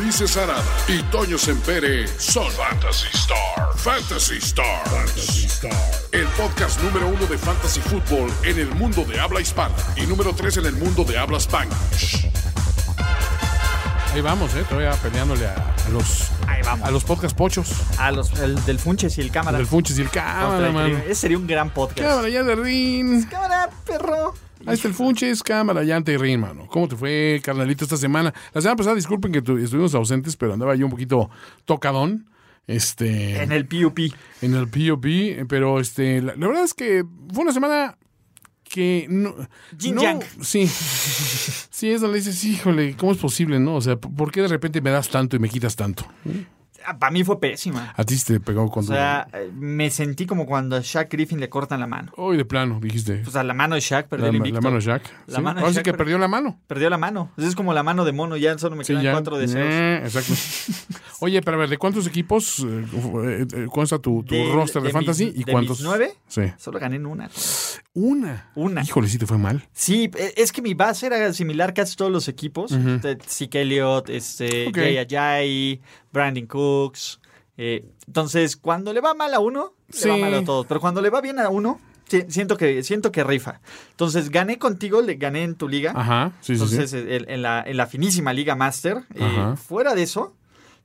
Ulises Arada y Toño Sempere son Fantasy Star. Fantasy Star. El podcast número uno de Fantasy Football en el mundo de habla hispana y número tres en el mundo de habla hispana. Ahí vamos, eh, todavía peleándole a, a los Ahí vamos. a los podcast pochos, A los el del Funches y el cámara. del Funches y el Vamos a cámara, traer que- man. Ese sería un gran podcast. Cámara ya de Rin. Cámara, perro. Ahí está el Funches, cámara ya ante Rin, mano. ¿Cómo te fue, carnalito, esta semana? La semana pasada, disculpen que tu- estuvimos ausentes, pero andaba yo un poquito tocadón. Este. En el PUP. en el POP, eh, pero este, la, la verdad es que fue una semana que no, Yin no- yang. sí, sí es donde dices, híjole, ¿cómo es posible, no? O sea, ¿por por qué de repente me das tanto y me quitas tanto? Para Ah, mí fue pésima. A ti se te pegó O cuando, sea, eh, me sentí como cuando a Shaq Griffin le cortan la mano. hoy de plano dijiste, Pues a la mano de Shaq perdió la, el ma- invicto. la mano de Jack, La mano de ahora sí Shaq, que pero- perdió la mano, Perdió la mano. Entonces es como la mano de mono. Ya solo me sí, quedan ya, cuatro deseos. Eh, exacto. Oye, pero a ver, ¿de cuántos equipos eh, eh, eh, consta tu, tu Del- roster de, de mis- fantasy de y mis cuántos? nueve? Sí, Solo gané en una. una, Una. Híjole, sí te fue mal. Sí, eh, es que mi base era similar casi todos los equipos. Este, Zeke Elliott, este, Ok. Jay Ajayi, Brandon Cooks. eh, entonces, cuando le va mal a uno, Sí. le va mal a todos. Pero cuando le va bien a uno, si- siento que, siento que rifa. Entonces, gané contigo, le gané en tu liga. Ajá, sí, sí, sí. entonces, el- en, la, en la finísima Liga Master. eh, Ajá. fuera de eso,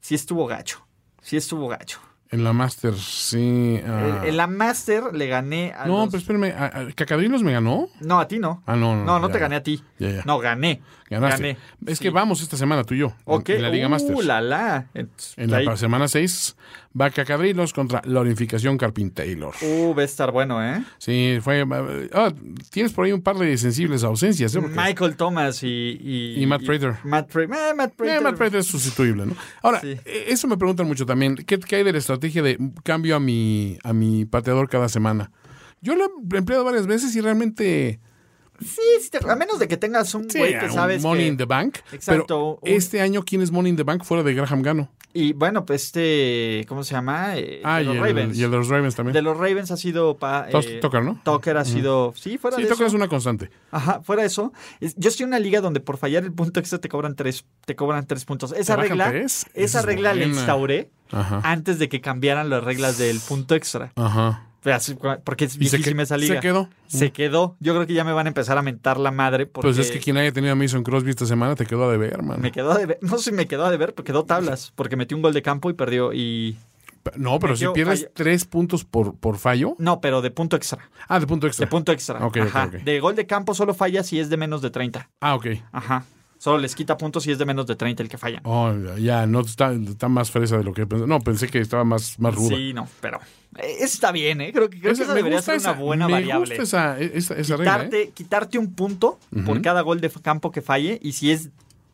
sí estuvo gacho. Sí estuvo gacho. En la Master, sí. ah. En, en la Master le gané a no, los- pero espérame, ¿a- a- ¿Cacadrilos me ganó? No, a ti no. Ah, no, no. No, no ya, te gané a ti. Ya, ya. No, gané. Ganaste. gané. Es Sí. que vamos esta semana tú y yo. en- Ok. En la Liga Uh, Master. la, la. Entonces, pues En la ahí- semana 6 va Cacadrilos contra la Unificación Carpin Taylor. Uh, va a estar bueno, ¿eh? Sí, fue. ah, tienes por ahí un par de sensibles ausencias, ¿eh? Porque- Michael Thomas y... Y, Y Matt Prater. Matt, Pra- eh, Matt Prater. Eh, Matt Prater es sustituible, ¿no? Ahora, Sí. eh, eso me preguntan mucho también. ¿Qué, qué hay de la estrategia de cambio a mi, a mi pateador cada semana? Yo lo he empleado varias veces y realmente. Sí, sí, te- a menos de que tengas un Sí, güey a que un sabes Money que- in the Bank. Exacto, Pero un- este año, ¿quién es Money in the Bank fuera de Graham Gano? Y bueno, pues este... ¿Cómo se llama? Eh, Ah, de y los el, Ravens. y el de los Ravens también. De los Ravens ha sido... Pa, eh, Tos- Tucker, ¿no? Tucker ha sido... Sí, fuera sí, de Tucker es eso. una constante. Ajá, fuera de eso. es- Yo estoy en una liga donde por fallar el punto extra te cobran tres, te cobran tres puntos. Esa bajan regla, tres? Esa esa es regla la buena. Ah. instauré Ajá. antes de que cambiaran las reglas del punto extra. Ajá. Pues, así, cua- Porque es se difícil que- esa liga. se quedó. Se quedó. Yo creo que ya me van a empezar a mentar la madre porque Pues es que quien haya tenido a Mason Crosby esta semana te quedó a deber, man. me quedó de ver. No sé si me quedó de ver, porque quedó tablas. Porque metió un gol de campo y perdió. y No, pero me si quedo- pierdes fallo. tres puntos por, por fallo. No, pero de punto extra. Ah, de punto extra. De punto extra. Ok, ok, Ajá. ok. De gol de campo solo falla si es de menos de 30. Ah, ok. Ajá. Solo les quita puntos si es de menos de 30 el que falla. Oh, ya, no está, está más fresa de lo que pensé. No, pensé que estaba más, más ruda. Sí, no, pero eh, está bien, ¿eh? Creo que, creo que Esa- esa debería ser una buena me variable. gusta esa, esa, esa regla. ¿eh? quitarte, quitarte un punto por cada gol de campo que falle y si es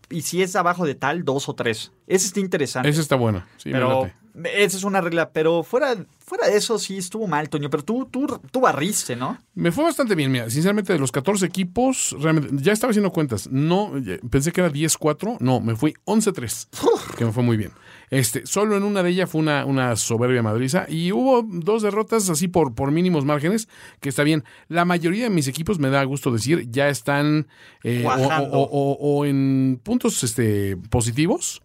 y si es abajo de tal, dos o tres. Eso está interesante. Esa está buena. Sí, me pero late. esa es una regla. Pero fuera, fuera de eso sí estuvo mal, Toño. Pero tú, tú, tú barriste, ¿no? Me fue bastante bien, mira, sinceramente de los 14 equipos, realmente, ya estaba haciendo cuentas, no, ya- pensé que era 10-4, no, me fui 11-3, que me fue muy bien. Este, solo en una de ellas fue una, una soberbia madriza y hubo dos derrotas así por, por mínimos márgenes, que está bien. La mayoría de mis equipos, me da gusto decir, ya están eh, o, Cuajando. o- o- o- o en puntos este, positivos.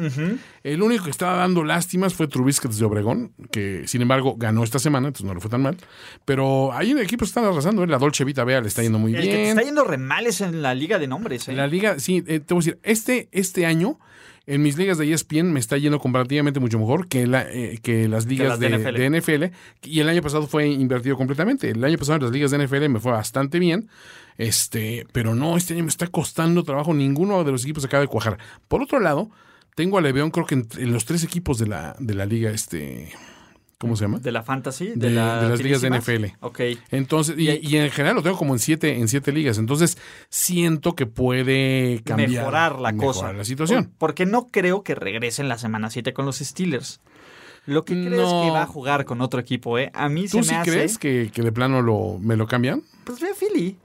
El único que estaba dando lástimas fue Trubisquets de Obregón, que sin embargo ganó esta semana, entonces no le fue tan mal. Pero hay equipos que están arrasando, ¿eh? la Dolce Vita Vea le está yendo muy El que te bien. está yendo re mal es en la liga de nombres, ¿eh? La liga, sí, eh, te voy a decir, este, este año en mis ligas de E ESPN me está yendo comparativamente mucho mejor que, la, eh, que las ligas las de de, NFL. de NFL. Y el año pasado fue invertido completamente. El año pasado en las ligas de NFL me fue bastante bien. Este, pero no, este año me está costando trabajo. Ninguno de los equipos acaba de cuajar. Por otro lado, tengo a Leveón, creo que en, en los tres equipos de la, de la liga, este, ¿cómo se llama? De la fantasy, de, de- la de las ligas de finísimas. NFL. Ok. Entonces, y, y en general lo tengo como en siete, en siete ligas. Entonces, siento que puede cambiar. mejorar la cosa. la situación. Porque no creo que regresen la semana 7 con los Steelers. Lo que crees No. que va a jugar con otro equipo, ¿eh? A mí se ¿Tú me sí hace. crees que, que de plano lo, me lo cambian? Pues ve a Philly.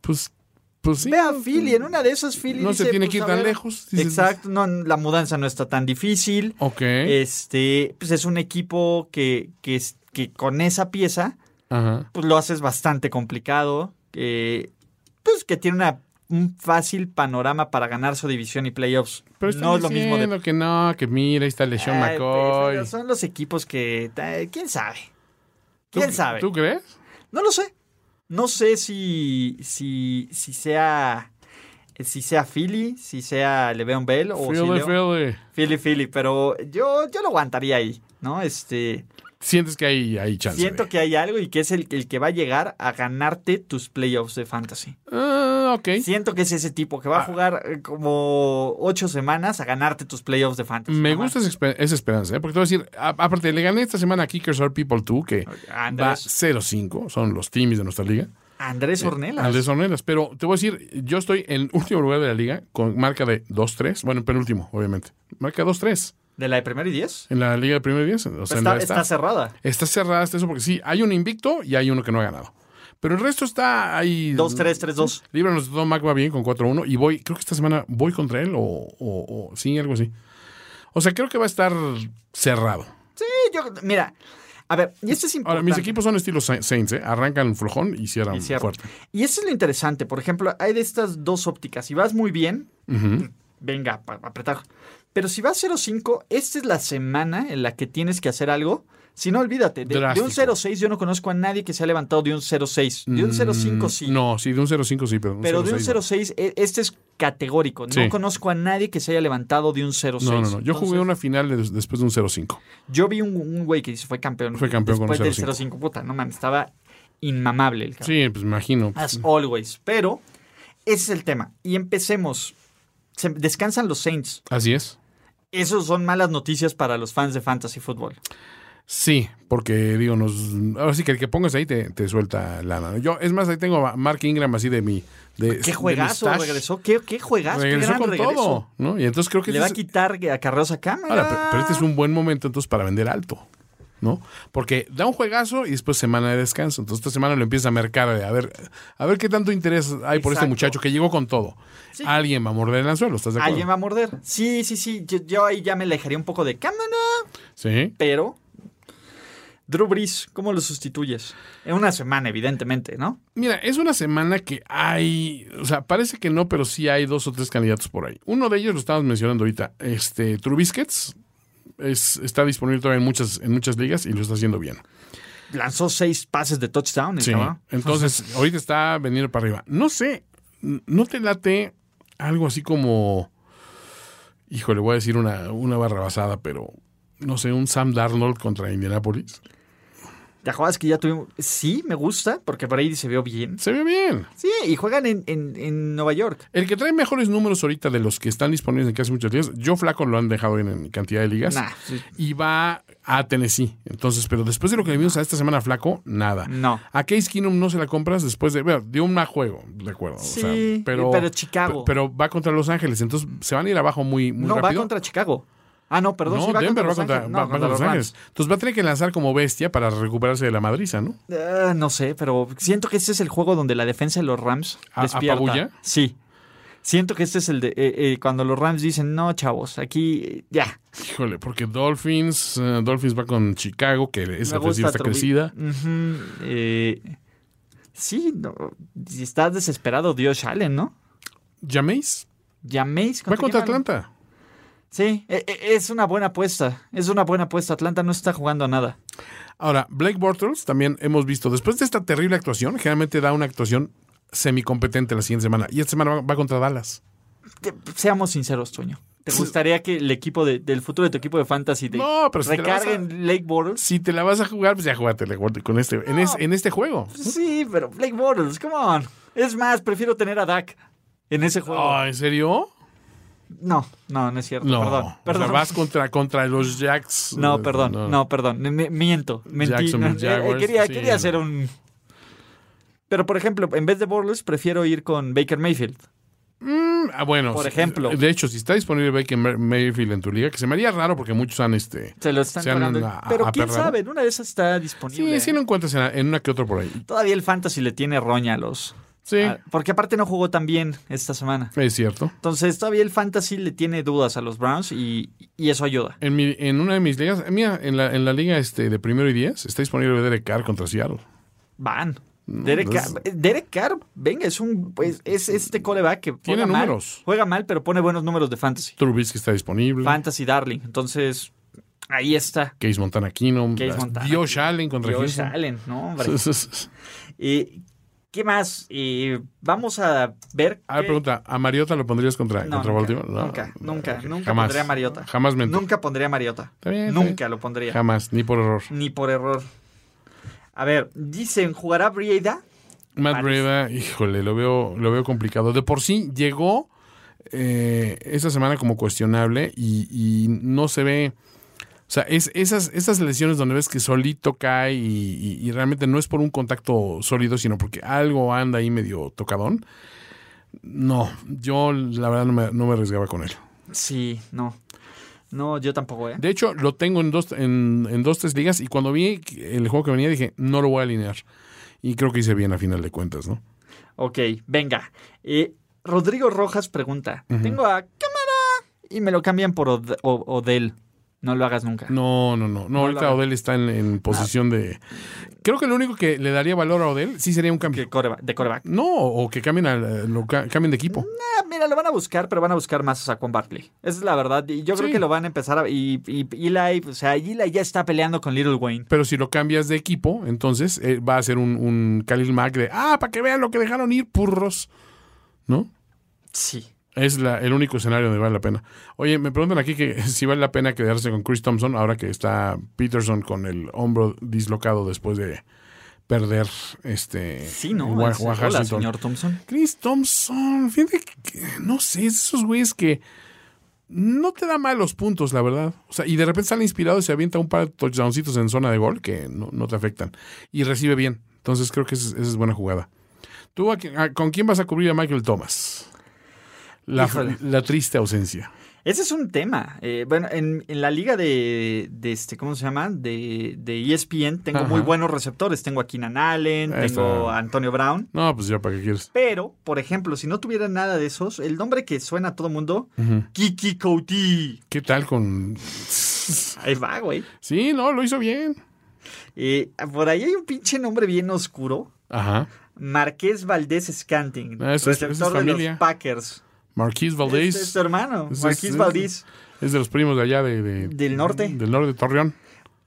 Pues, pues sí. Ve a Philly. En una de esas Philly. No se dice, tiene pues, que ir a tan ver. lejos. Dices, Exacto. No, la mudanza no está tan difícil. Ok. Este, pues es un equipo que, que, es- que con esa pieza, Ajá. pues lo haces bastante complicado. eh, pues que tiene una, un fácil panorama para ganar su división y playoffs. Pero están no es lo mismo de. diciendo que no, que mira, ahí está Lesión Ay, pues, McCoy. pero son los equipos que. eh, ¿Quién sabe? ¿Tú- ¿Quién sabe? ¿Tú crees? No lo sé. No sé si, si, si sea. Si sea Philly, si sea Le'Veon Bell o si Fielde, Leo- fielde. Philly, Philly, pero yo, yo lo aguantaría ahí, ¿no? Este, Sientes que hay, hay chance. siento de- que hay algo y que es el, el que va a llegar a ganarte tus playoffs de fantasy. Ah, ok. Siento que es ese tipo que va Ah. a jugar eh, como ocho semanas a ganarte tus playoffs de fantasy. Me No gusta más. esa, esper- esa esperanza, ¿eh? porque te voy a decir, a- aparte, le gané esta semana a Kickers Are People 2, que va Andrés, 0-5, son los teams de nuestra liga. Andrés Ornelas. Eh, Andrés Ornelas. Pero te voy a decir, yo estoy en último lugar de la liga con marca de 2-3. Bueno, penúltimo, obviamente. Marca 2-3 ¿De la de primero y diez? en la liga de primer 10. O sea, en está, la- está cerrada. está cerrada hasta eso porque sí, hay un invicto y hay uno que no ha ganado. Pero el resto está ahí. 2-3-3-2. Líbranos de todo, Mac va bien con 4-1. Y voy, creo que esta semana voy contra él o, o- o- sí, algo así. O sea, creo que va a estar cerrado. Sí, yo, mira, a ver, y esto es importante. Ahora, mis equipos son estilo Sa- Saints, ¿eh? Arrancan flojón y cierran Y cierran. fuerte. Y eso es lo interesante. Por ejemplo, hay de estas dos ópticas. Si vas muy bien, venga, pa- apretar. Pero si vas 0-5, esta es la semana en la que tienes que hacer algo. Si no, olvídate. De, de Drástico. un 0-6 yo no conozco a nadie que se ha levantado de un 0-6. De un 0-5 sí. Mm, No, sí, de un 0-5 sí, pero, pero de un 0-6 0-6, no. e- este es categórico. Sí. No conozco a nadie que se haya levantado de un 0-6. No, no, no. Yo jugué Entonces, una final de- después de un 0-5. Yo vi un, un güey que fue campeón. Fue campeón con un después del 0-5. 0-5. Puta, no mames, estaba inmamable el cabrón. Sí, pues me imagino. As always. Pero ese es el tema. Y empecemos. Se- descansan los Saints. Así es. Esos son malas noticias para los fans de Fantasy Football. Sí, porque digo, nos, ahora sí que el que pongas ahí te, te suelta lana. Yo, es más, ahí tengo a Mark Ingram así de mi. De, de Qué mi juegazo stash. regresó. Qué, qué juegazo. qué Regresó gran con regreso. todo. ¿no? Y entonces creo que. Le este va a es- quitar acarreos a cámara. Ahora, pero, pero este es un buen momento entonces para vender alto, ¿no? Porque da un juegazo y después semana de descanso. Entonces esta semana lo empieza a mercar de a ver, a ver qué tanto interés hay por este Exacto. muchacho que llegó con todo. Sí. Alguien va a morder el anzuelo, ¿estás de acuerdo? Alguien va a morder. Sí, sí, sí. Yo, yo ahí ya me alejaría un poco de cámara. Sí. Pero. Drew Brees, ¿cómo lo sustituyes? En una semana, evidentemente, ¿no? Mira, es una semana que hay, o sea, parece que no, pero sí hay dos o tres candidatos por ahí. Uno de ellos lo estábamos mencionando ahorita, este Trubiscuits es, está disponible todavía en muchas, en muchas ligas y lo está haciendo bien. Lanzó seis pases de touchdown. el Sí. cabrón. Entonces, ahorita está vendiendo para arriba. No sé, n- ¿no te late algo así como. Híjole, voy a decir una, una barra basada, pero no sé, un Sam Darnold contra Indianapolis. ¿Te acuerdas que ya tuvimos? Sí, me gusta, porque Brady se vio bien. Se ve bien. Sí, y juegan en, en- en Nueva York. El que trae mejores números ahorita de los que están disponibles en casi muchas ligas, yo flaco lo han dejado bien en cantidad de ligas. Nah, sí. Y va a Tennessee. Entonces, pero después de lo que le vimos a esta semana flaco, nada. No. A Case Keenum no se la compras después de. Bueno, dio un mal juego, de acuerdo. o sea, Sí, pero, pero Chicago. pe- Pero va contra Los Ángeles, entonces se van a ir abajo muy, muy No, va rápido. contra Chicago. Ah, no, perdón. no, sí, va contra Denver va Los contra, Ángeles. va No, contra Los Rams. Ángeles. Entonces va a tener que lanzar como bestia para recuperarse de la madriza, ¿no? Ah, no sé, pero siento que este es el juego donde la defensa de los Rams ¿A- despierta. apabulla? Sí. Siento que este es el de eh, eh, cuando los Rams dicen, no, chavos, aquí eh, ya. Híjole, porque Dolphins, eh, Dolphins va con Chicago, que esa Me gusta ofensiva está Trubi- crecida. Ujú, eh, sí, no, si estás desesperado, Dios Allen, ¿no? Jameis Llaméis va contra quién van? Atlanta. Sí, e- e- es una buena apuesta. Es una buena apuesta. Atlanta no está jugando a nada. Ahora, Blake Bortles también hemos visto, después de esta terrible actuación, generalmente da una actuación semicompetente la siguiente semana. Y esta semana va- va contra Dallas. Te- seamos sinceros, Toño. ¿Te gustaría que el equipo de- del futuro de tu equipo de fantasy de- No, pero si te la vas a- recarguen Blake Bortles? si te la vas a jugar, pues ya jugátela güey, con este, en, es- en este juego. Sí, pero Blake Bortles, come on. Es más, prefiero tener a Dak en ese juego. Ah, ¿En serio? No, no, no es cierto. No. Perdón, O sea, perdón. vas contra, contra los Jacks. eh, No, perdón, no, perdón. Me- miento, mentí. Jacksonville No, eh, eh, Jaguars, quería sí, quería no. hacer un... Pero, por ejemplo, en vez de Bortles, prefiero ir con Baker Mayfield. Mm, ah, bueno. Por sí, ejemplo. De hecho, si está disponible Baker Mer- Mayfield en tu liga, que se me haría raro porque muchos han este. Se lo están se han colando. a- Pero quién aperrado. sabe, en una de esas está disponible. ¿eh? Sí, sí lo encuentras en, en una que otra por ahí. Todavía el fantasy le tiene roña a los. Sí, a- porque aparte no jugó tan bien esta semana. es cierto. Entonces todavía el fantasy le tiene dudas a los Browns y, y eso ayuda. En, mi- en una de mis ligas, mira, en la, en la liga este, de primero y diez, está disponible Derek E Carr contra Seattle. Van. Derek, pues- Carr, Derek Carr, venga, es un pues, es este coleback que Tiene juega mal, números. juega mal, pero pone buenos números de fantasy. Trubisky está disponible. Fantasy Darling. Entonces, ahí está. Case Montana Keenum. Case las- Montana. Josh Allen contra Josh Houston. Allen, ¿no? Hombre. A Eh, ¿Qué más? Eh, vamos a ver. ver, qué- pregunta, ¿a Mariota lo pondrías contra, No, contra nunca, Baltimore? No, nunca, no, nunca, ok, nunca jamás. pondría a Mariota. Jamás mentí. Nunca pondría a Mariota. Está bien, está Nunca bien. lo pondría. Jamás, ni por error. Ni por error. A ver, dicen, ¿jugará Brieda? Matt Parece. Breda, híjole, lo veo, lo veo complicado. De por sí llegó eh, esta semana como cuestionable y, y no se ve. O sea, es, esas, esas lesiones donde ves que solito cae y, y- y realmente no es por un contacto sólido, sino porque algo anda ahí medio tocadón. No, yo la verdad no me, no me arriesgaba con él. Sí, no. No, yo tampoco, ¿eh? De hecho, lo tengo en dos, en, en dos, tres ligas y cuando vi el juego que venía dije, no lo voy a alinear. Y creo que hice bien a final de cuentas, ¿no? Ok, venga. Eh, Rodrigo Rojas pregunta, tengo a cámara y me lo cambian por Od- O- Odell. No lo hagas nunca. No, no, no. No, ahorita la- Odell está en, en posición de. Creo que lo único que le daría valor a Odell sí sería un Que cambio. coreba- de coreback. No, o que cambien, al- lo ca- cambien de equipo. Ah, mira, lo van a buscar, pero van a buscar más a Saquon Barkley. Esa es la verdad. Y yo creo Sí. que lo van a empezar a... Y, y Eli, o sea, Eli ya está peleando con Little Wayne. Pero si lo cambias de equipo, entonces eh, va a ser un, un Khalil Mack de. Ah, para que vean lo que dejaron ir, purros. ¿No? Sí. Es la- el único escenario donde vale la pena. Oye, me preguntan aquí que si vale la pena quedarse con Chris Thompson ahora que está Peterson con el hombro dislocado después de perder este Sí, ¿no? Wa- Es- Hola, Washington. señor Thompson. Chris Thompson, fíjate que, no sé, es esos güeyes que no te da malos puntos, la verdad. O sea, y de repente sale inspirado y se avienta un par de touchdowncitos en zona de gol que no, no te afectan. Y recibe bien. Entonces creo que esa es, esa es buena jugada. ¿Tú a qui- a- con quién vas a cubrir a Michael Thomas? La, Híjole. la triste ausencia. Ese es un tema. Eh, bueno, en, en la liga de, de este, ¿cómo se llama? De, de E ESPN tengo muy Ajá. buenos receptores. Tengo a Keenan Allen, Ahí tengo está. a Antonio Brown. No, pues ya, ¿para qué quieres? Pero, por ejemplo, si no tuviera nada de esos, el nombre que suena a todo mundo, Ujú. Kiki Couti. ¿Qué tal con...? Ahí va, güey. Sí, no, lo hizo bien. Eh, por ahí hay un pinche nombre bien oscuro. Ajá. Marqués Valdés Scanting, Ah, ese es- ese es receptor de familia. los Packers. Marquis Este Valdés es su hermano, Ese es- Marqués Valdés. es de los primos de allá de- de- Del norte. Del norte de Torreón.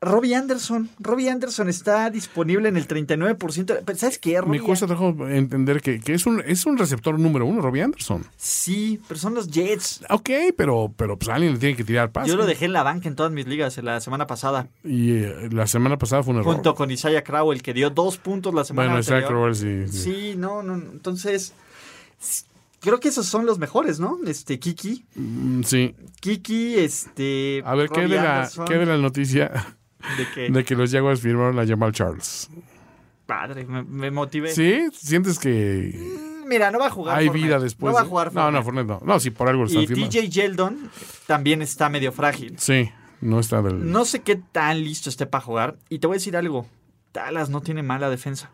Robbie Anderson. Robbie Anderson está disponible en el 39%. de- Pero ¿Sabes qué? Robbie Me cuesta trabajo entender que, que es, un, es un receptor número uno, Robbie Anderson. Sí, pero son los Jets. Ok, pero, pero pues alguien le tiene que tirar pase. Yo lo dejé en la banca en todas mis ligas en la semana pasada, Y eh, la semana pasada fue un error. junto con Isaiah Crowell, que dio dos puntos la semana bueno, Isaac anterior. Crowell sí. sí. Sí, no, no, no. entonces s- creo que esos son los mejores, ¿no? Este Kiki, Mm, sí. Kiki, este A ver, ¿qué Robbie de, la, Anderson, Eh. ¿qué de la noticia de que- de que los Jaguars firmaron a Jamal Charles? padre, me, me motivé. ¿Sí? ¿Sientes que Mira, Eh. no va a jugar hay Fournette. vida después? No va a de- jugar No, Fournette. no, Fournette no. No, sí, por algo lo están Y firmando. TJ Yeldon también está medio frágil. Sí, no está del... No sé qué tan listo esté para jugar. Y te voy a decir algo. Dallas no tiene mala defensa.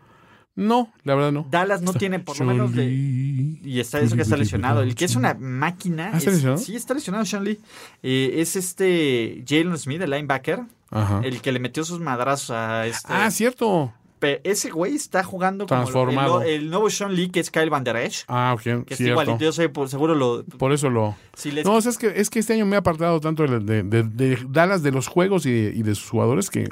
No, la verdad no. Dallas no tiene por lo menos de... Jolie. Y está eso que está lesionado. El que es una máquina... ¿Ah, está es- lesionado? Sí, está lesionado Sean Lee. Eh, es este Jalen Smith, el linebacker, Ajá. el que le metió sus madrazos a este... Ah, cierto. Pe- Ese güey está jugando como el- Transformado. El, el nuevo Sean Lee, que es Kyle Van Der Esch. Ah, ok, Que es cierto. igualito. Yo sé, por seguro lo... Por eso lo... Si les No, o sea, es que, es que este año me he apartado tanto de, de- de- de Dallas, de los juegos y de, y de sus jugadores que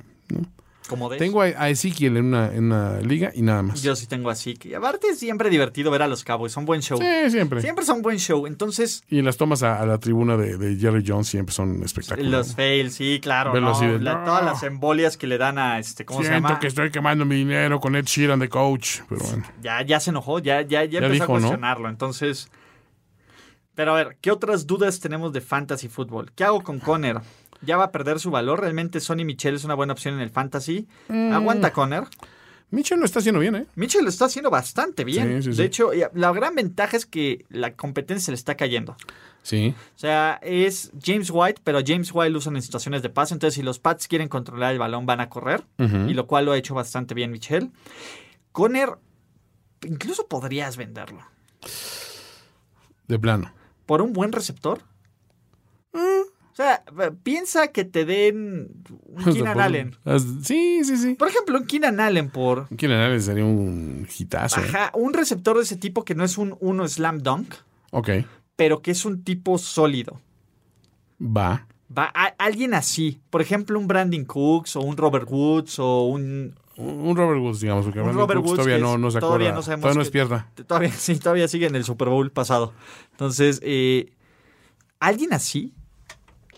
como de- tengo a, a Ezequiel en una, en una liga y nada más. Yo sí tengo así. Que aparte es siempre divertido ver a los Cowboys. Son buen show. sí, siempre. Siempre son buen show. Entonces, Y las tomas a, a la tribuna de, de Jerry Jones siempre son espectaculares. los fails, sí, claro. Verlo ¿no? así de, La- no. Todas las embolias que le dan a este, ¿cómo se Siento llama? que estoy quemando mi dinero con Ed Sheeran de coach. Pero bueno. Ya, ya se enojó, ya, ya, ya, Ya empezó dijo, a ¿no? cuestionarlo. Entonces. Pero a ver, ¿qué otras dudas tenemos de fantasy fútbol? ¿Qué hago con Conner? ¿Ya va a perder su valor? ¿Realmente Sonny Michel es una buena opción en el fantasy? ¿Aguanta Conner? Mitchell lo está haciendo bien, ¿eh? Mitchell lo está haciendo bastante bien. Sí, sí, sí. De hecho, ya- la gran ventaja es que la competencia se le está cayendo. Sí. O sea, es James White, pero a James White lo usan en situaciones de pase. Entonces, si los Pats quieren controlar el balón, van a correr. Ujú. Y lo cual lo ha hecho bastante bien Michel. Conner, incluso podrías venderlo. De plano. ¿Por un buen receptor? O sea, eh, piensa que te den un Keenan Allen. Ah, Sí, sí, sí. Por ejemplo, un Keenan Allen por... Keenan Allen sería un hitazo. ¿eh? Ajá, un receptor de ese tipo que no es un uno slam dunk, Ok. pero que es un tipo sólido. Va. Va a- alguien así. Por ejemplo, un Brandon Cooks o un Robert Woods o un. Un Robert Woods, digamos, porque Un Brandon Robert Cooks Woods todavía que no, no se todavía acuerda. no sabemos todavía no que- es pierda. Todavía, sí, todavía sigue en el Super Bowl pasado. Entonces, eh, alguien así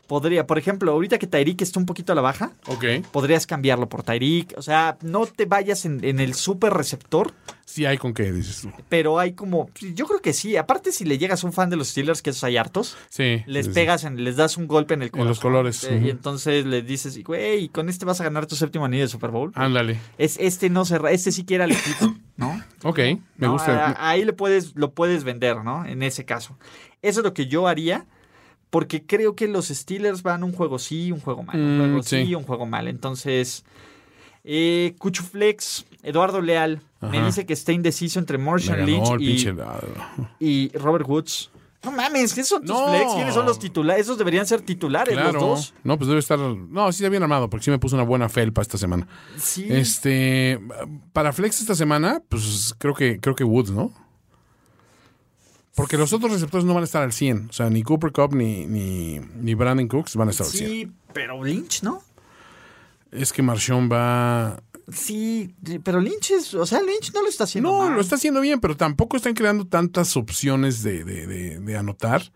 podría. Por ejemplo, ahorita que Tyreek está un poquito a la baja, Ok. podrías cambiarlo por Tyreek. O sea, no te vayas en, en el super receptor, Sí hay con qué, dices tú. pero hay como. Yo creo que sí. Aparte, si le llegas a un fan de los Steelers, que esos hay hartos. Sí. les sí, sí. pegas, en- les das un golpe en el corazón. los colores, Eh, ujú. Y entonces les dices, güey, con este vas a ganar tu séptimo anillo de Super Bowl. Ándale. Es, este no se, ra- este sí que era el equipo, ¿no? Ok. Me ¿no? gusta. A- ahí le puedes, lo puedes vender, ¿no? En ese caso. Eso es lo que yo haría, porque creo que los Steelers van un juego sí, un juego mal. Un Mm, juego sí, sí. un juego mal. Entonces, eh, Cuchuflex, Eduardo Leal, me Ajá. dice que está indeciso entre Me Marshall ganó Lynch el y, pinche dado. y Robert Woods. No mames, ¿quiénes son tus No. flex? ¿Quiénes son los titulares? Esos deberían ser titulares los Claro. dos. No, pues debe estar. No, sí está bien armado, porque sí me puso una buena felpa esta semana. Sí. Este. Para Flex esta semana, pues creo que, creo que Woods, ¿no? Porque los otros receptores no van a estar al 100. O sea, ni Cooper Cup ni, ni, ni Brandon Cooks van a estar al 100. Sí, pero Lynch, ¿no? Es que Marchón va. Sí, pero Lynch es, o sea, Lynch no lo está haciendo No, mal. lo está haciendo bien, pero tampoco están creando tantas opciones de, de- de- de anotar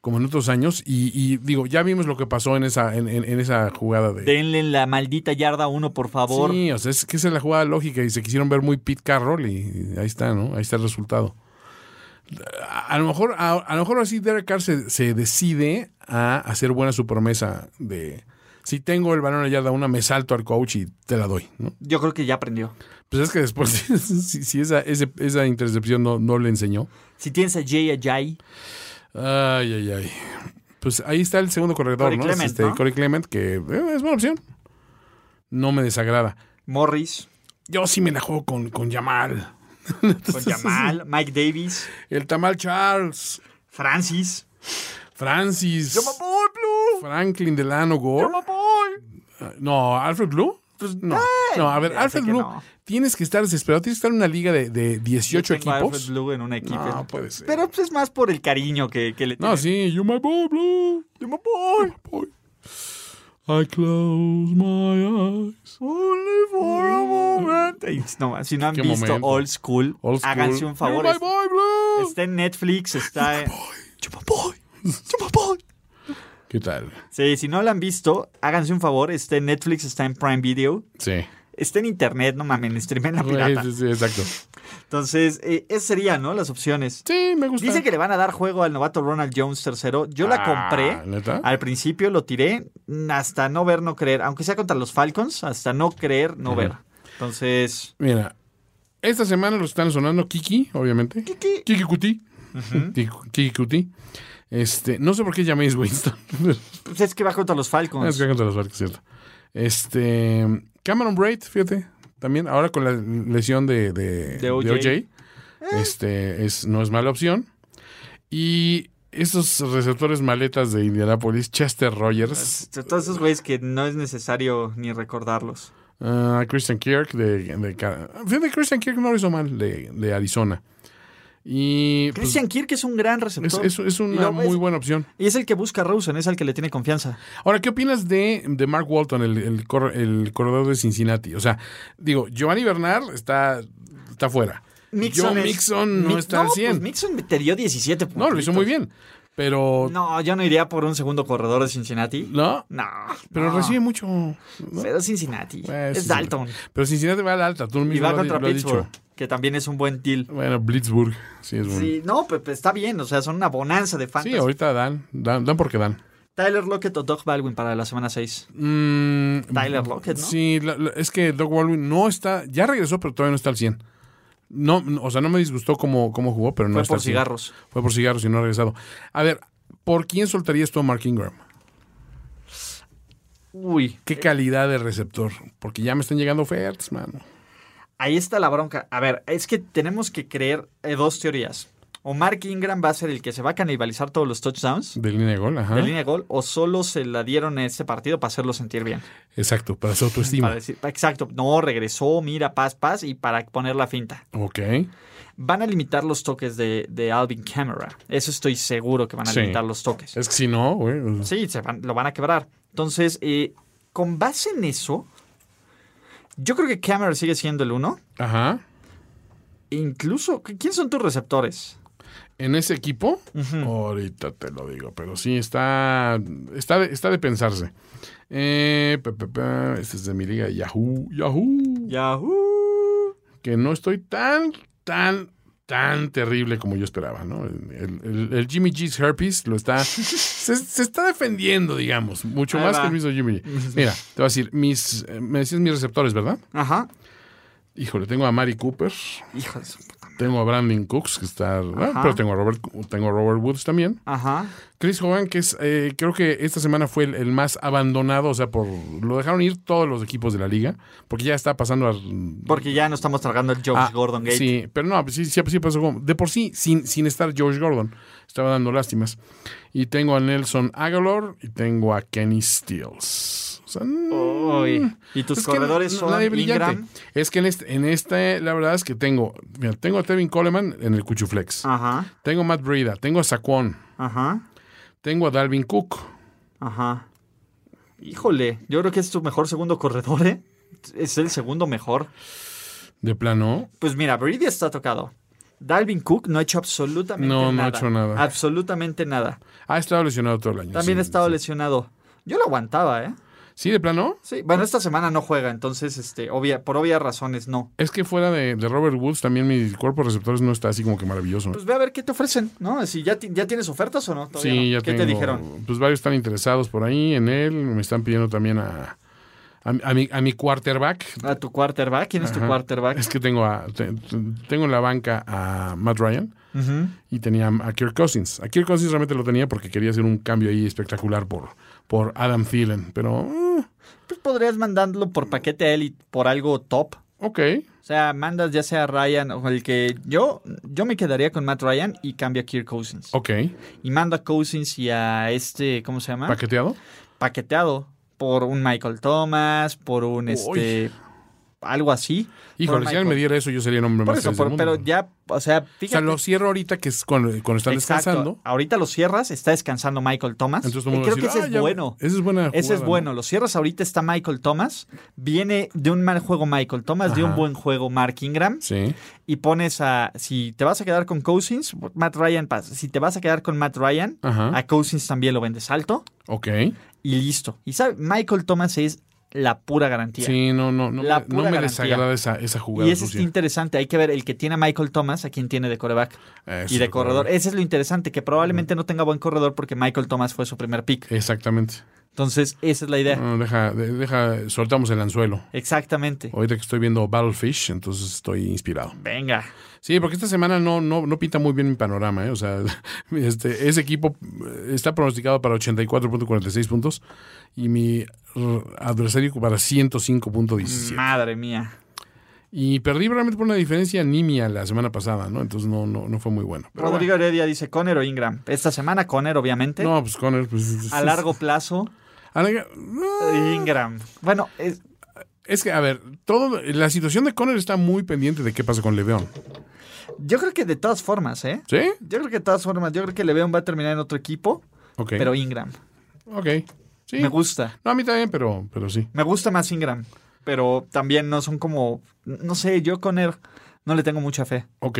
como en otros años. Y, y, digo, ya vimos lo que pasó en esa, en, en- en esa jugada de. Denle la maldita yarda uno, por favor. Sí, o sea, es que esa es la jugada lógica y se quisieron ver muy Pete Carroll y ahí está, ¿no? Ahí está el resultado. A, a lo mejor, a, a lo mejor así Derek Carr se, se decide a hacer buena su promesa de si tengo el balón a la yarda una, me salto al coach y te la doy, ¿no? Yo creo que ya aprendió. Pues es que después, si, si esa, ese- esa intercepción no, no le enseñó. Si tienes a Jay Ajay, Ay, ay, ay. Pues ahí está el segundo corredor, Corey ¿no? Clement, Es este, ¿no? Corey Clement, que eh, es buena opción. No me desagrada. Morris, Yo sí me la juego con, con Yamal. con Jamal, Mike Davis, El Tamal Charles, Francis. Francis, ¡Yo me voy, Blue! Franklin Delano ¡Yo Gore. Ah, me voy! No, Alfred Blue. Pues no, no, a ver, ya sé Alfred que Blue, no. tienes que estar desesperado, tienes que estar en una liga de, de 18 Yo tengo a Alfred equipos. Blue en un equipo. No, puede ser. Pero pues, es más por el cariño que, que le No, tiene. sí, you my boy, Blue. You my boy. I close my eyes. Only for a moment. No, si no han Qué visto momento. Old School, Old school. háganse un favor. You my boy, Blue. Está en Netflix, está en... You my boy. You my boy. ¿Qué tal? Sí, si no la han visto, háganse un favor. Está en Netflix, está en Prime Video, Sí. está en Internet, no mames, streamen la Güey, pirata. Sí, sí, exacto. Entonces, eh, esas serían, ¿no? Las opciones. Sí, me gusta. Dicen que le van a dar juego al novato Ronald Jones tercero. Yo la Ah, compré. ¿neta? Al principio lo tiré mm, hasta no ver, no creer. Aunque sea contra los Falcons, hasta no creer, no ver. Entonces, Mira, esta semana los están sonando Kiki, obviamente. Kiki. Kiki Cuti. Kiki- Kiki Cuti. Este, no sé por qué llaméis Winston. pues es que va contra los Ah, Es Falcons. que contra los Falcons, cierto. Este. Cameron Braid, fíjate. También, ahora con la lesión de, de, De de OJ. OJ. Este es, no es mala opción. Y esos receptores maletas de Indianapolis, Chester Rogers, Todos esos güeyes que no es necesario ni recordarlos. ah, Christian Kirk de, de Ca- Fíjate, Christian Kirk no lo hizo mal de, de Arizona. Y. pues, Christian Kirk es un gran es, receptor. es- es Y una lo- muy es- buena opción. Y es el que busca a Rosen, es el que le tiene confianza. Ahora, ¿qué opinas de, de Mark Walton, el, el, cor- el corredor de Cincinnati? O sea, digo, Giovanni Bernard está, está fuera. John es- Mixon no Mi- está al pues 100. Mixon me te dio 17 puntos. no, lo hizo muy bien. Pero, no, No, yo no iría por un segundo corredor de Cincinnati. No. pero no. recibe mucho. ¿no? Pero Cincinnati. Eh, es sí, Dalton. Pero Cincinnati va al alta, tú mismo Y va lo, has- contra lo has Pittsburgh, dicho. que también es un buen deal. Bueno, Blitzburg, sí es bueno. Sí, Sí, no, pues pues, está bien. O sea, son una bonanza de fantasy. ahorita dan, dan, dan porque dan. Tyler Lockett o Doug Baldwin para la semana 6. Mm, Tyler Lockett, ¿no? Sí, la- la- es que Doug Baldwin no está, ya regresó, pero todavía no está al 100. No, no, o sea, no me disgustó cómo, cómo jugó, pero no Fue está por al 100. cigarros. Fue por cigarros y no ha regresado. A ver, ¿por quién soltarías tú a Mark Ingram? Uy, ¿Qué calidad de receptor? Porque ya me están llegando ofertas, mano. ahí está la bronca. A ver, es que tenemos que creer eh, dos teorías. O Mark Ingram va a ser el que se va a canibalizar todos los touchdowns De línea de gol, ajá. de línea de gol, o solo se la dieron en este partido para hacerlo sentir bien. Exacto, para su Para autoestima. decir, exacto, no, regresó, mira, paz, paz, y para poner la finta. Ok. Van a limitar los toques de, de Alvin Camera. Eso estoy seguro que van a Sí. limitar los toques. Es que si no, güey. pues, o sea, Sí, se van- lo van a quebrar. Entonces, eh, con base en eso, yo creo que Camera sigue siendo el uno. E Ajá. Incluso, ¿quién son tus receptores? En ese equipo, ahorita te lo digo, pero sí está. Está de, está de pensarse. Eh, pa, pa, pa, este es de mi liga Yahoo. Yahoo. Yahoo. que no estoy tan, tan, tan terrible como yo esperaba, ¿no? El, el- el Jimmy G's herpes lo está, se, se está defendiendo, digamos, mucho Ahí más va. que el mismo Jimmy G. Mira, te voy a decir, mis, eh, me decías mis receptores, ¿verdad? Ajá. Híjole, tengo a Mari Cooper, Hijo de su puta. tengo a Brandon Cooks, que está, bueno, Ajá. pero tengo a Robert, tengo a Robert Woods también. Ajá. Chris Hogan, que es, eh, creo que esta semana fue el, el más abandonado, o sea, por lo dejaron ir todos los equipos de la liga, porque ya está pasando a Porque ya no estamos tragando el Josh Ah, Gordon Gate. Sí, pero no, pues sí, sí, sí pasó como. De por sí, sin, sin estar George Gordon, estaba dando lástimas. Y tengo a Nelson Aguilar y tengo a Kenny Steels. O sea, no- Uy. Y tus es que corredores no- son nadie brillante. Ingram. Es que en este, en este, la verdad es que tengo. mira, tengo a Tevin Coleman en el Cuchuflex. Ajá. Tengo a Matt Breida. Tengo a Saquon. Ajá. Tengo a Dalvin Cook. Ajá. Híjole, yo creo que es tu mejor segundo corredor, ¿eh? Es el segundo mejor. De plano. Pues mira, Brady está tocado. Dalvin Cook no ha hecho absolutamente nada. No, no ha hecho nada. Absolutamente nada. Ha estado lesionado todo el año. También sí, ha estado sí. lesionado. Yo lo aguantaba, ¿eh? Sí, de plano. Sí, bueno, esta semana no juega, entonces, este, obvia, por obvias razones, no. Es que fuera de, de Robert Woods, también mi cuerpo de receptores no está así como que maravilloso. ¿eh? Pues ve a ver qué te ofrecen, ¿no? Si ya, ti- ya tienes ofertas o no. Todavía Sí, no. ya ¿Qué tengo, te dijeron? Pues varios están interesados por ahí en él. Me están pidiendo también a, a, a mi, a mi quarterback. A tu quarterback, ¿quién es tu Ajá. quarterback? Es que tengo a, te- tengo en la banca a Matt Ryan Ujú. y tenía a Kirk Cousins. A Kirk Cousins realmente lo tenía porque quería hacer un cambio ahí espectacular por, por Adam Thielen. Pero, mm, Pues podrías mandarlo por paquete a él y por algo top. ok. O sea, mandas ya sea a Ryan o el que yo, yo me quedaría con Matt Ryan y cambio a Kirk Cousins. Ok. Y mando a Cousins y a este, ¿cómo se llama? Paqueteado. Paqueteado por un Michael Thomas, por un este algo así. Híjole, si Michael. alguien me diera eso, yo sería el hombre Por más eso, feliz por- del pero mundo. ya, o sea, O sea, fíjate. lo cierro ahorita que es cuando, cuando están Exacto. descansando. Ahorita lo cierras, está descansando Michael Thomas. Entonces todo Y el mundo va creo a que ese decir, es "Ah, ya, bueno. Ese es buena Ese es jugada, ¿no? bueno, lo cierras ahorita está Michael Thomas, viene de un mal juego Michael Thomas, de un Ajá. buen juego Mark Ingram, Sí. y pones a, si te vas a quedar con Cousins, Matt Ryan pasa, si te vas a quedar con Matt Ryan, Ajá. a Cousins también lo vendes alto Ok. y listo. Y sabe, Michael Thomas es la pura garantía. Sí, no, no, no, La me- no pura me garantía. desagrada esa, esa jugada Y eso es sucia. interesante, hay que ver el que tiene a Michael Thomas, a quien tiene de coreback Eso y de es corredor. verdad. Ese es lo interesante, que probablemente no tenga buen corredor porque Michael Thomas fue su primer pick. Exactamente. Entonces, esa es la idea. No, deja, de- deja, soltamos el anzuelo. Exactamente. Ahorita que estoy viendo Battlefish, entonces estoy inspirado. Venga. Sí, porque esta semana no, no, no pinta muy bien mi panorama, ¿eh? O sea, este, ese equipo eh, está pronosticado para 84.46 puntos y mi eh, adversario para 105.17. Madre mía. Y perdí realmente por una diferencia nimia la semana pasada, ¿no? Entonces no, no, no fue muy bueno. Pero bueno. Rodrigo Heredia dice Conner o Ingram. Esta semana Conner, obviamente. No, pues Conner, pues. A largo plazo, a larga- no. Ingram. Bueno, es- Es que, a ver, todo, la situación de Conner está muy pendiente de qué pasa con Leveón. yo creo que de todas formas, ¿eh? ¿Sí? Yo creo que de todas formas, yo creo que Leveon va a terminar en otro equipo, Ok. pero Ingram. ok. Sí. Me gusta. No, a mí también, pero, pero sí. Me gusta más Ingram, pero también no son como, no sé, yo Conner no le tengo mucha fe. Ok.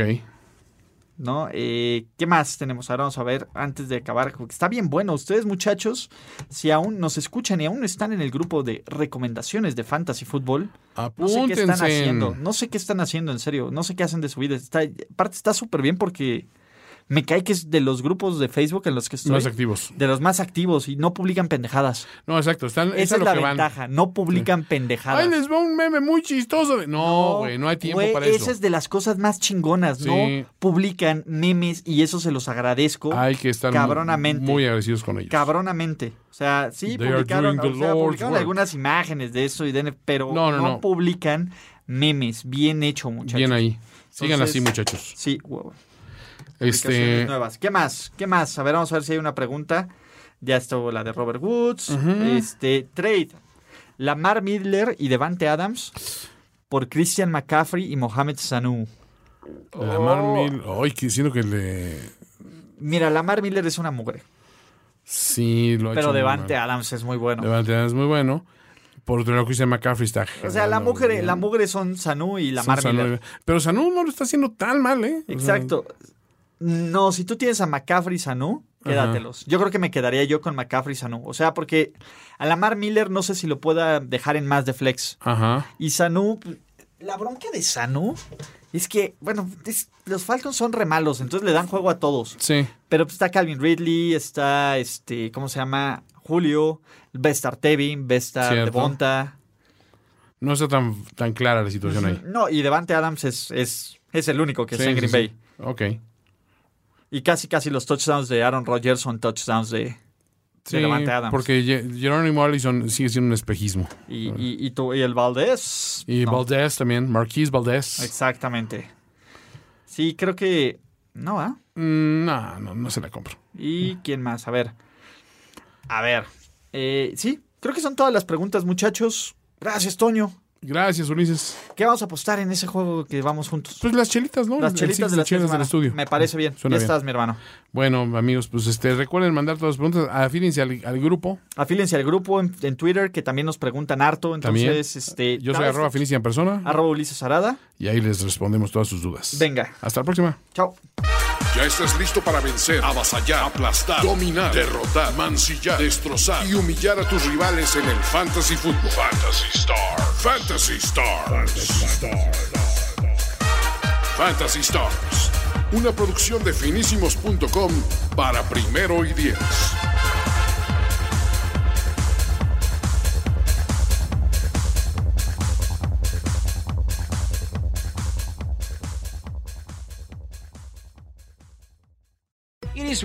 ¿no? Eh, ¿Qué más tenemos? Ahora vamos a ver antes de acabar. porque Está bien bueno. Ustedes, muchachos, si aún nos escuchan y aún no están en el grupo de recomendaciones de Fantasy Fútbol, no sé qué están Apúntense. haciendo. No sé qué están haciendo, en serio. No sé qué hacen de su vida. Está, aparte, está súper bien porque me cae que es de los grupos de Facebook en los que estoy. Más activos. De los más activos y no publican pendejadas. No, exacto. Están, es Esa a es lo la que van. ventaja, no publican pendejadas. Ay, les va un meme muy chistoso. de- No, güey, no, hay tiempo güey, para eso. Esa es de las cosas más chingonas, Sí. ¿no? Publican memes y eso se los agradezco. Hay que estar muy, cabronamente. muy agradecidos con ellos. Cabronamente. O sea, sí They are publicaron, doing the o sea, Lord's publicaron work. algunas imágenes de eso, y de, pero No, no, no, no. publican memes. Bien hecho, muchachos. Bien ahí. Sigan Entonces- así, muchachos. Sí, wow. Este, Aplicaciones nuevas. ¿Qué más? ¿Qué más? A ver, vamos a ver si hay una pregunta. Ya estuvo la de Robert Woods. Este, trade. Lamar Midler y Devante Adams por Christian McCaffrey y Mohamed Sanu. Lamar Mil. Ay, que siento que le. Mira, Lamar Miller es una mugre. Sí, lo ha hecho Pero muy Devante mal. Adams es muy bueno. Devante Adams es muy bueno. Por otro lado, Christian McCaffrey está. O sea, la mugre, la mugre son Sanu y Lamar Miller. Pero Sanu eh. no lo está haciendo tan mal, ¿eh? O sea, Exacto. No, si tú tienes a McCaffrey y Sanu, quédatelos. Yo creo que me quedaría yo con McCaffrey y Sanu. O sea, porque a Lamar Miller no sé si lo pueda dejar en más de flex. Ajá. Y Sanu, la bronca de Sanu es que, bueno, es- los Falcons son re malos, entonces le dan juego a todos. Sí. Pero pues, está Calvin Ridley, está este, ¿cómo se llama? Julio, va a estar Tevin, va a estar Cierto. Devonta. No está tan, tan clara la situación ahí. No, y Devante Adams es, es, es el único que Sí, está en sí, Green sí. Bay. Ok. Y casi, casi los touchdowns de Aaron Rodgers son touchdowns de, Sí, Davante Adams. porque Ye- Jerónimo Allison sigue siendo un espejismo. y, y, y tú- y el Valdés. Y no. Valdés también, Marquise Valdés. Exactamente. Sí, creo que. No, ¿ah? Mm, No, no, no se la compro. ¿Y quién más? A ver. A ver. Eh, sí, creo que son todas las preguntas, muchachos. Gracias, Toño. Gracias, Ulises. ¿Qué vamos a apostar en ese juego que vamos juntos? Pues las chelitas, ¿no? Las El chelitas six de la semana. del estudio. Me parece bien. Suena ya bien. estás, mi hermano. Bueno, amigos, pues este recuerden mandar todas las preguntas. Afílense al, al grupo. Afílense al grupo en, en Twitter, que también nos preguntan harto. También. Entonces, este. Yo soy nada, arroba Felicia en persona Arroba Ulises Arada. y ahí les respondemos todas sus dudas. Venga. Hasta la próxima. Chao. Ya estás listo para vencer, avasallar, aplastar, dominar, derrotar, mancillar, destrozar y humillar a tus rivales en el Fantasy Football. Fantasy Star. Fantasy Stars. Fantasy Stars. Una producción de finísimos.com para primero y diez. It is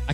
I